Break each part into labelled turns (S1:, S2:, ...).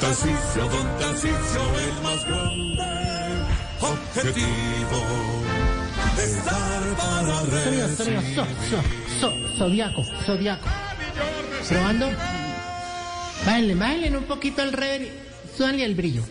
S1: Tarcicio, don Tarcicio, el más grande objetivo de estar para
S2: Sonido,
S1: recibir.
S2: sonido, so, so, so, zodiaco, zodiaco. Probando. Bájenle, bájenle un poquito el rever. Súbanle el brillo.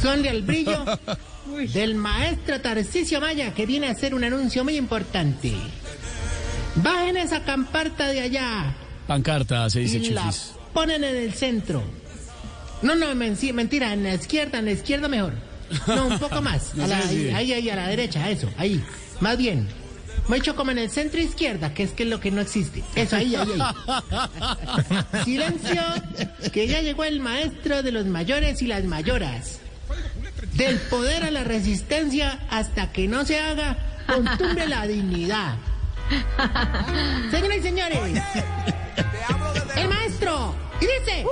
S2: Súbanle el brillo del maestro Tarcisio Maya, que viene a hacer un anuncio muy importante. Bajen esa camparta de allá
S3: Pancarta, se dice
S2: y la
S3: chufis.
S2: ponen en el centro. No, no, men- sí, mentira, en la izquierda, en la izquierda mejor. No, un poco más. A la-
S3: sí, sí.
S2: Ahí, ahí, a la derecha, eso, ahí. Más bien. Mucho como en el centro izquierda, que es que es lo que no existe. Eso, ahí, ahí, ahí. Silencio, que ya llegó el maestro de los mayores y las mayoras. Del poder a la resistencia hasta que no se haga costumbre la dignidad. Señoras y señores, el maestro, y dice...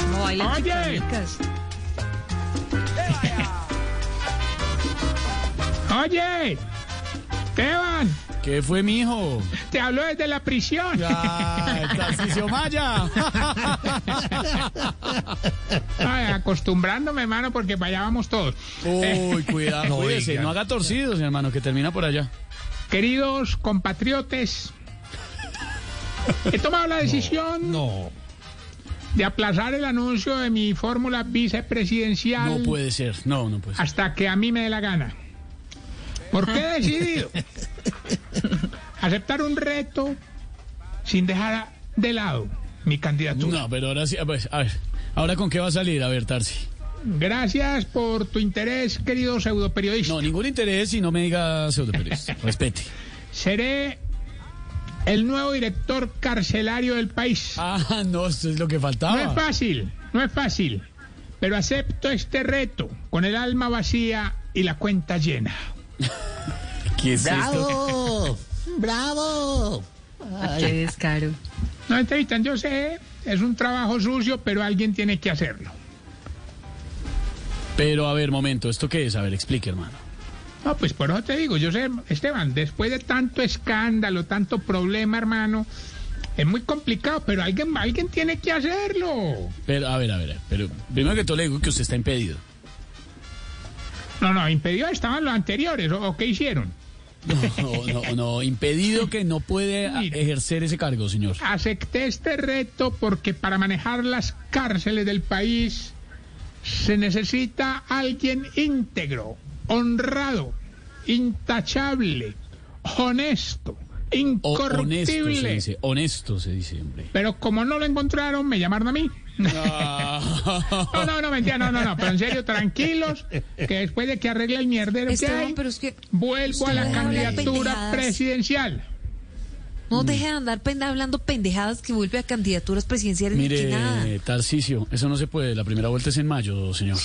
S4: ¿Cómo bailan,
S5: Oye.
S4: chicas?
S5: Oye, Esteban,
S3: ¿Qué fue, mijo?
S5: te hablo desde la prisión.
S3: Ah, el Tarcisio Maya.
S5: Ay, acostumbrándome, hermano, porque para allá vamos todos.
S3: Uy, cuidado,
S5: No,
S3: cuídese,
S5: oiga.
S3: no haga torcidos, mi hermano, que termina por allá.
S5: Queridos compatriotas, he tomado la decisión de aplazar el anuncio de mi fórmula vicepresidencial
S3: No puede ser, no, no puede ser.
S5: hasta que a mí me dé la gana. ¿Por qué he decidido aceptar un reto sin dejar de lado mi candidatura?
S3: No, pero ahora sí, pues, a ver, ¿ahora con qué va a salir? A ver, Tarsi.
S5: Gracias por tu interés, querido pseudoperiodista.
S3: No, ningún interés y no me diga pseudo Respete.
S5: Seré el nuevo director carcelario del país.
S3: Ah, no, esto es lo que
S5: No es
S3: faltaba.
S5: fácil, no es fácil. Pero acepto este reto con el alma vacía y la cuenta llena.
S3: ¿Qué es esto?
S2: ¡Bravo! ¡Bravo!
S4: Qué descaro.
S5: No, Esteban, yo sé, es un trabajo sucio, pero alguien tiene que hacerlo.
S3: Pero a ver, momento, ¿esto qué es? A ver, explique, hermano.
S5: No, pues por eso te digo, yo sé, Esteban, después de tanto escándalo, tanto problema, hermano, es muy complicado, pero alguien, alguien tiene que hacerlo.
S3: Pero, a ver, a ver, pero primero que todo le digo que usted está impedido.
S5: No, no, impedido estaban los anteriores, ¿o, o qué hicieron?
S3: No, no, no, impedido que no puede a-
S5: Mire.
S3: ejercer ese cargo, señor.
S5: Acepté este reto porque para manejar las cárceles del país se necesita alguien íntegro, honrado, intachable, honesto,
S3: O- honesto se
S5: incorruptible.
S3: dice, honesto se dice, hombre.
S5: Pero como no lo encontraron, me llamaron a mí.
S3: Ah.
S5: No, no, no, mentira, no, no, no, pero en serio, tranquilos, que después de que arregle el mierdero que
S4: Esteban,
S5: hay,
S4: pero es que
S5: vuelvo a la
S4: Usted habla de
S5: candidatura
S4: pendejadas.
S5: presidencial. Ah, Mm.
S4: no deje de andar pende- hablando pendejadas que vuelve a candidaturas presidenciales ni que nada.
S3: Mire, Tarcicio, eso no se puede, la primera vuelta es en mayo, señor.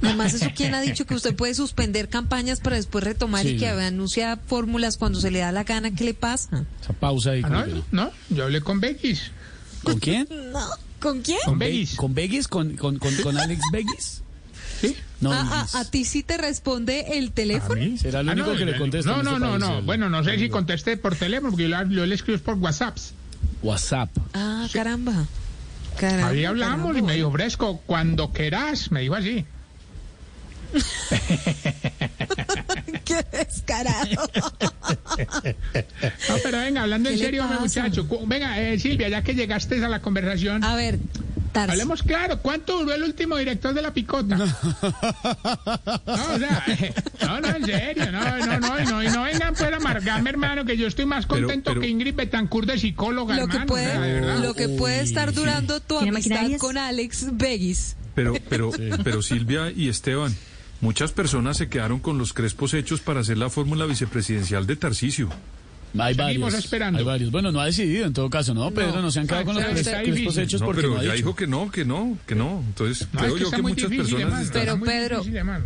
S4: Además, eso quién ha dicho que usted puede suspender campañas para después retomar
S3: Sí.
S4: y que anuncia fórmulas cuando se le da la gana. ¿Qué le pasa?
S3: Esa pausa ahí.
S5: Ah,
S3: como
S5: no,
S3: que no.
S5: no, yo hablé con Beckis.
S3: ¿Con quién?
S4: No. ¿Con quién?
S5: Con Beguis.
S3: ¿Con Vegas? ¿Con, con, con, con Alex Vegas?
S5: ¿Sí?
S3: No,
S4: Ah,
S3: Vegas.
S4: ah, a ti sí te responde el teléfono.
S3: Será el
S5: Ah,
S3: único
S5: no,
S3: que le
S5: eh,
S3: contesta.
S5: No,
S3: en
S5: no,
S3: este
S5: no,
S3: país,
S5: no.
S3: el-
S5: Bueno, no sé si contesté por teléfono, porque yo, la- yo le escribo es por WhatsApp.
S3: WhatsApp.
S4: Ah, caramba. Caramba,
S5: Ahí hablamos
S4: caramba.
S5: y me dijo, fresco, cuando querás, me dijo así.
S4: Qué descarado.
S5: No, pero venga, hablando en
S4: ¿Qué le
S5: serio, hombre,
S4: pasa?
S5: muchacho. cu- Venga, eh, Silvia, ya que llegaste a la conversación,
S4: A ver, Tarsi.
S5: hablemos claro. ¿Cuánto duró el último director de La Picota? No, o sea, eh, no, no, en serio. No, no, no, no. Y no vengan pues a amargarme, hermano, que yo estoy más
S1: Pero-
S5: contento
S1: pero-
S5: que Ingrid Betancourt de psicóloga,
S4: lo que
S5: hermano. o sea, de
S4: puede,
S5: verdad.
S4: lo que puede estar durando tu
S6: ¿Tiene
S4: amistad
S6: maquinarias?
S4: con Alex Vegas.
S1: Pero, pero, pero Silvia y Esteban, muchas personas se quedaron con los crespos hechos para hacer la fórmula vicepresidencial de Tarcisio.
S3: Hay
S5: Seguimos
S3: varios,
S5: esperando.
S3: hay varios. Bueno, no ha decidido en todo caso, ¿no, Pedro? No, se han quedado
S5: Ah,
S3: con los
S5: está-
S3: cres-
S5: está
S3: crespos
S5: difícil.
S3: hechos
S1: No,
S3: porque
S1: pero
S3: no ha
S1: ya
S3: dijo.
S1: dijo que no, que no, que no. Entonces,
S5: No, es
S1: creo
S5: que
S1: yo
S5: está
S1: que
S5: muy
S1: muchas
S5: difícil,
S1: personas
S5: hermano,
S1: están...
S4: Pero,
S5: está muy
S4: Pedro,
S5: difícil, hermano.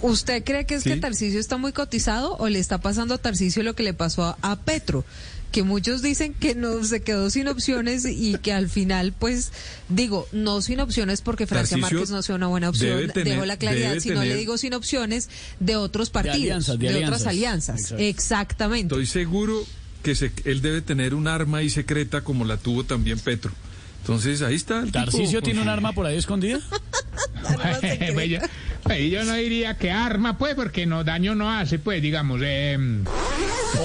S4: ¿Usted cree que es que
S1: Sí.
S4: Tarcisio está muy cotizado o le está pasando a Tarcisio lo que le pasó a, a Petro? Que muchos dicen que no se quedó sin opciones y que al final, pues, digo, no sin opciones porque Francia
S1: Tarcisio
S4: Márquez no sea una buena opción,
S1: debe tener-
S4: dejó la claridad,
S1: debe
S4: sino le
S1: tener-
S4: digo sin opciones de otros partidos, de,
S3: alianzas, de
S4: otras
S3: alianzas.
S4: alianzas.
S3: Exacto.
S4: Exactamente.
S1: Estoy seguro que se- él debe tener un arma ahí secreta como la tuvo también Petro. Entonces ahí está. el tipo,
S3: ¿Tarcisio
S1: con
S3: tiene
S1: su-
S3: un arma por ahí escondida?
S5: Pues yo, pues yo no diría que arma, pues, porque no daño no hace, pues, digamos. em,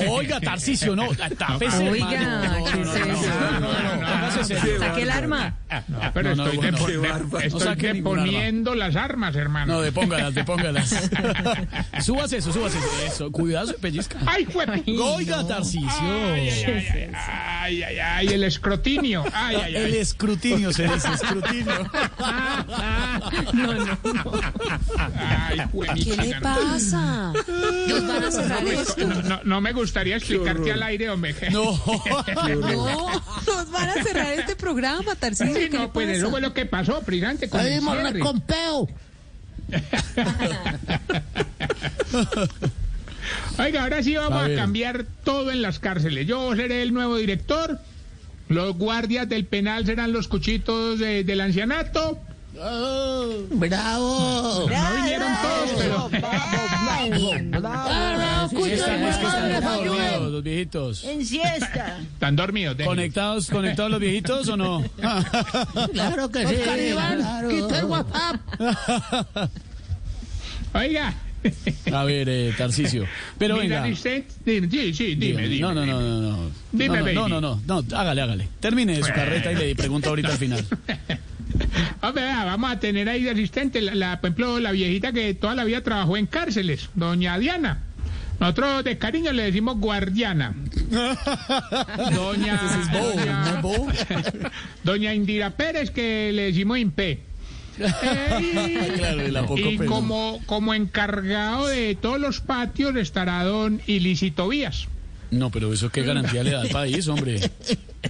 S3: Oiga, Tarcisio, no, tápese.
S4: Oiga,
S3: hermano.
S4: ¿qué es eso?
S5: no, no, no, no,
S3: Póngase serio.
S4: Saque el arma.
S5: ah,
S3: no,
S5: pero
S3: no,
S5: estoy,
S3: bueno,
S5: depo-
S1: qué
S5: de-
S1: bárbaro.
S3: No
S5: estoy
S3: saque ningún arma.
S5: deponiendo las armas, hermano.
S3: No, depóngalas, depóngalas. súbase eso, súbase eso, eso. Cuidado, pellizca.
S5: ¡Ay, fue!
S3: Oiga,
S5: Ay,
S3: Tarcisio.
S5: ay, ay, ay, ay, ay, el escrotinio. Ay, ay,
S3: El
S5: ay.
S3: escrutinio, se dice escrutinio.
S5: Ay,
S4: ¿Qué
S5: juepuchica,
S4: le
S5: no.
S4: pasa? Nos van a cerrar esto.
S5: No, no, no me gustaría explicarte al aire, hombre.
S3: No.
S4: No, nos van a cerrar este programa, Tarcisio.
S5: Sí,
S4: ¿qué le
S5: no, pues
S4: pasa?
S5: eso fue lo que pasó, brillante. Con el
S2: Podemos
S5: cierre.
S2: con peo.
S5: Oiga, ahora sí vamos
S3: A
S5: a,
S3: ver.
S5: cambiar todo en las cárceles. Yo seré el nuevo director. Los guardias del penal serán los cuchitos de- del ancianato.
S2: Bravo.
S5: No vinieron todos, pero
S3: Están, es que están
S2: Madre,
S3: como
S2: ayuden.
S3: dormidos los viejitos.
S6: En siesta.
S5: están dormidos. déjenlos.
S3: ¿Conectados, conectados los viejitos o no?
S2: Claro que sí.
S6: Oscar Iván,
S2: claro.
S6: quita el WhatsApp.
S5: Oiga,
S3: A ver, eh, Tarcisio. Pero
S5: mira,
S3: venga.
S5: dice- dime, sí, sí, dime, dime.
S3: no, no, no, no, no.
S5: Dime,
S3: no, no,
S5: baby.
S3: no, no, no, no, hágale, hágale. Termine su carreta y le pregunto ahorita al final.
S5: Hombre, vea, vamos a tener ahí de asistente, la, la- por ejemplo, la viejita que toda la vida trabajó en cárceles, doña Diana. Nosotros de cariño le decimos guardiana. Doña, doña, doña Indira Pérez, que le decimos Impé. Eh,
S3: Ah, Claro, y la poco
S5: y
S3: pelo.
S5: como, como encargado de todos los patios estará don Ilícito Vías.
S3: No, pero eso qué garantía le da al país, hombre.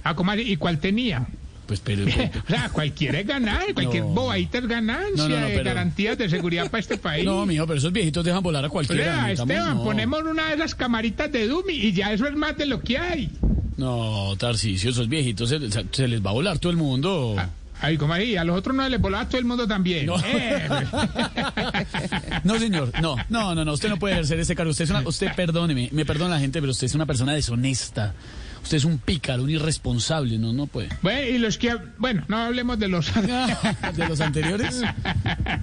S5: Ah, ¿cómo así? ¿Y cuál tenía?
S3: Pues, pero.
S5: O sea, cualquiera es ganar, cualquier
S3: No.
S5: bobadita es ganancia,
S3: No, no, no,
S5: eh,
S3: pero-
S5: garantías de seguridad para este país.
S3: No, mijo, pero esos viejitos dejan volar a cualquiera.
S5: Vea,
S3: necesitamos-
S5: Esteban,
S3: no.
S5: ponemos una de esas camaritas de Dumi y ya eso es más de lo que hay.
S3: No, Tarcisio, esos viejitos se, se- se les va a volar todo el mundo.
S5: Ah. Ay, como ahí, a los otros no les volaba todo el mundo también.
S3: No.
S5: Eh,
S3: No, señor, no, no, no, no, usted no puede ejercer ese cargo. Usted es una, usted, perdóneme, me perdona la gente, pero usted es una persona deshonesta. Usted es un pícaro, un irresponsable, no, no puede.
S5: bueno, y los que, bueno, no hablemos de los...
S3: ¿De los anteriores?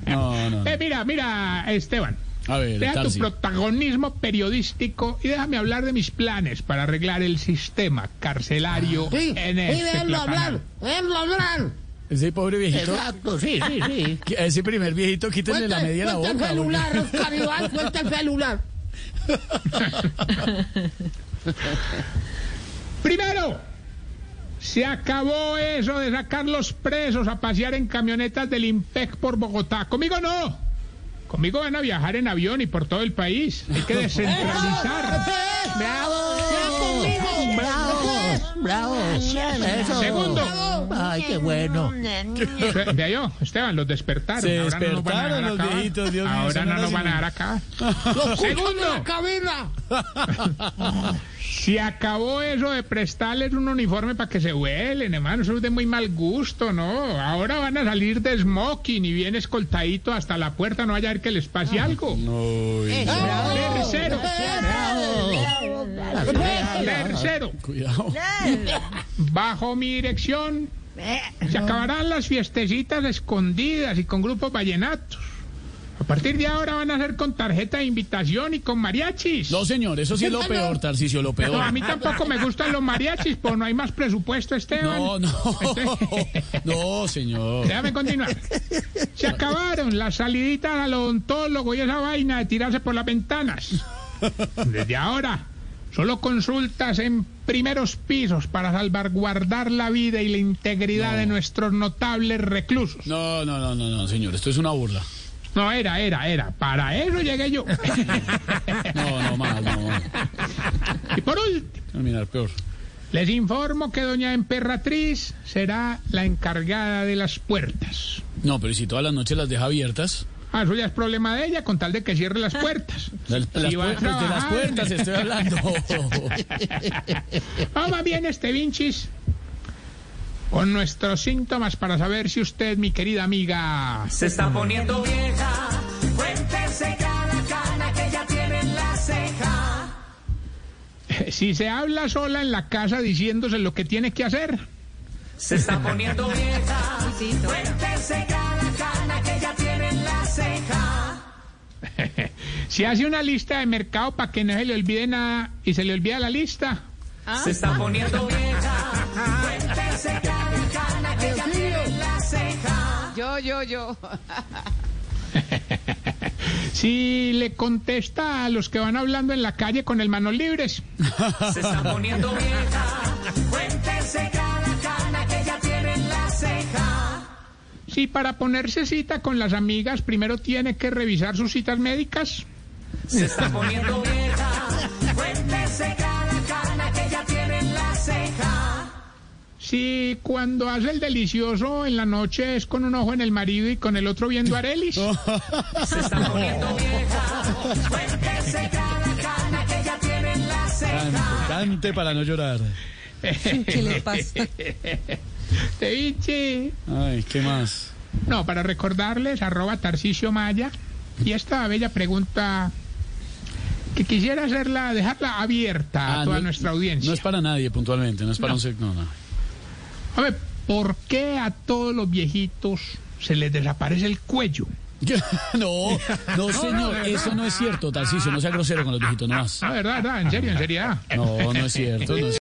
S3: No, no. no.
S5: Eh, mira, mira, Esteban.
S3: A ver,
S5: Deja tu
S3: Tarsi.
S5: protagonismo periodístico y déjame hablar de mis planes para arreglar el sistema
S3: Ah,
S5: carcelario
S2: Sí, sí,
S5: en este
S2: déjenlo hablar.
S5: platanal.
S2: Déjenlo hablar.
S3: Ese pobre viejito,
S2: Exacto, sí, sí, sí.
S3: que- ese primer viejito, quítenle la media a la
S2: cuenta
S3: boca.
S2: el celular, Oscar Iván, cuenta el celular.
S5: Primero, se acabó eso de sacar los presos a pasear en camionetas del IMPEC por Bogotá. Conmigo no. Conmigo van a viajar en avión y por todo el país. Hay que descentralizar.
S2: ¡Bravo! ¡Bravo! ¡Bravo! Eso.
S5: Segundo.
S2: Ay, qué bueno.
S5: Ve- Vea yo, Esteban, los despertaron.
S3: Se
S5: Ahora no nos van
S3: despertaron
S5: a dejar
S3: los
S5: acabar.
S3: viejitos, Dios mío,
S5: Ahora
S3: son
S5: no
S3: unos
S5: nos van a
S3: inmun-
S5: dejar acá.
S2: ¡Los cuchos de
S5: Segundo.
S2: la cabina!
S5: Se acabó eso de prestarles un uniforme para que se huelen, hermano. Eso es de muy mal gusto, ¿no? Ahora van a salir de smoking y bien escoltadito hasta la puerta. No vaya a ver que les pase algo.
S2: Eh.
S5: Tercero. Tercero.
S3: Cuidado.
S5: Bajo mi dirección se acabarán las fiestecitas escondidas y con grupos vallenatos. A partir de ahora van a ser con tarjeta de invitación y con mariachis.
S3: No, señor, eso sí es lo peor, Tarcisio, lo
S5: No, a
S3: peor.
S5: mí tampoco me gustan los mariachis, pues no hay más presupuesto, Esteban.
S3: No, no, no, señor.
S5: Déjame continuar. Se acabaron las saliditas al odontólogo y esa vaina de tirarse por las ventanas. Desde ahora, solo consultas en primeros pisos para salvaguardar la vida y la integridad de nuestros notables reclusos.
S3: No, no, no, no, no, señor, esto es una burla.
S5: No, era, era, era. Para eso llegué yo.
S3: No, no más, no.
S5: y por último,
S3: Terminar peor.
S5: les informo que doña Emperatriz será la encargada de las puertas.
S3: No, pero ¿y si todas las noches las deja abiertas.
S5: Ah, eso ya es problema de ella, con tal de que cierre las puertas.
S3: Las, las
S5: Y va a
S3: puertas, de las
S5: trabajar.
S3: puertas estoy hablando.
S5: Ah, más bien, este Vinchis, con nuestros síntomas para saber si usted, mi querida amiga,
S6: Se está poniendo vieja, cuéntese cada cana que ya tiene en la ceja.
S5: si se habla sola en la casa diciéndose lo que tiene que hacer.
S6: Se está poniendo vieja, cuéntese cada cana que ya tiene en la ceja.
S5: Si hace una lista de mercado para que no se le olvide nada y se le olvida la lista.
S6: Se está poniendo vieja, cuéntese cada cana que ya tiene en la ceja.
S4: Yo, yo, yo.
S5: Si le contesta a los que van hablando en la calle con el manos libres.
S6: Se está poniendo vieja, cuéntese cada cana que ya tiene en la ceja.
S5: Si para ponerse cita con las amigas primero tiene que revisar sus citas médicas.
S6: Se está poniendo vieja, cuéntese cada cana que ya tiene en la ceja.
S5: Si cuando hace el delicioso en la noche es con un ojo en el marido y con el otro viendo a Arelis.
S6: Se está poniendo vieja. Cuéntese cada cana que ya tiene en la ceja.
S3: Cante para no llorar.
S4: ¿Qué le pasa?
S5: Te biche.
S3: Ay, ¿qué más?
S5: No, para recordarles, arroba Tarcicio Maya. Y esta bella pregunta que quisiera hacerla, dejarla abierta a
S3: Ah,
S5: toda
S3: no-
S5: nuestra audiencia.
S3: No es para nadie puntualmente, no es para un sec- no, no.
S5: A ver, ¿por qué a todos los viejitos se les desaparece el cuello?
S3: No, no, señor, eso no es cierto, Tarcisio, no sea grosero con los viejitos, no más.
S5: Ah, verdad, verdad, en serio, en seriedad.
S3: No, no es cierto, no es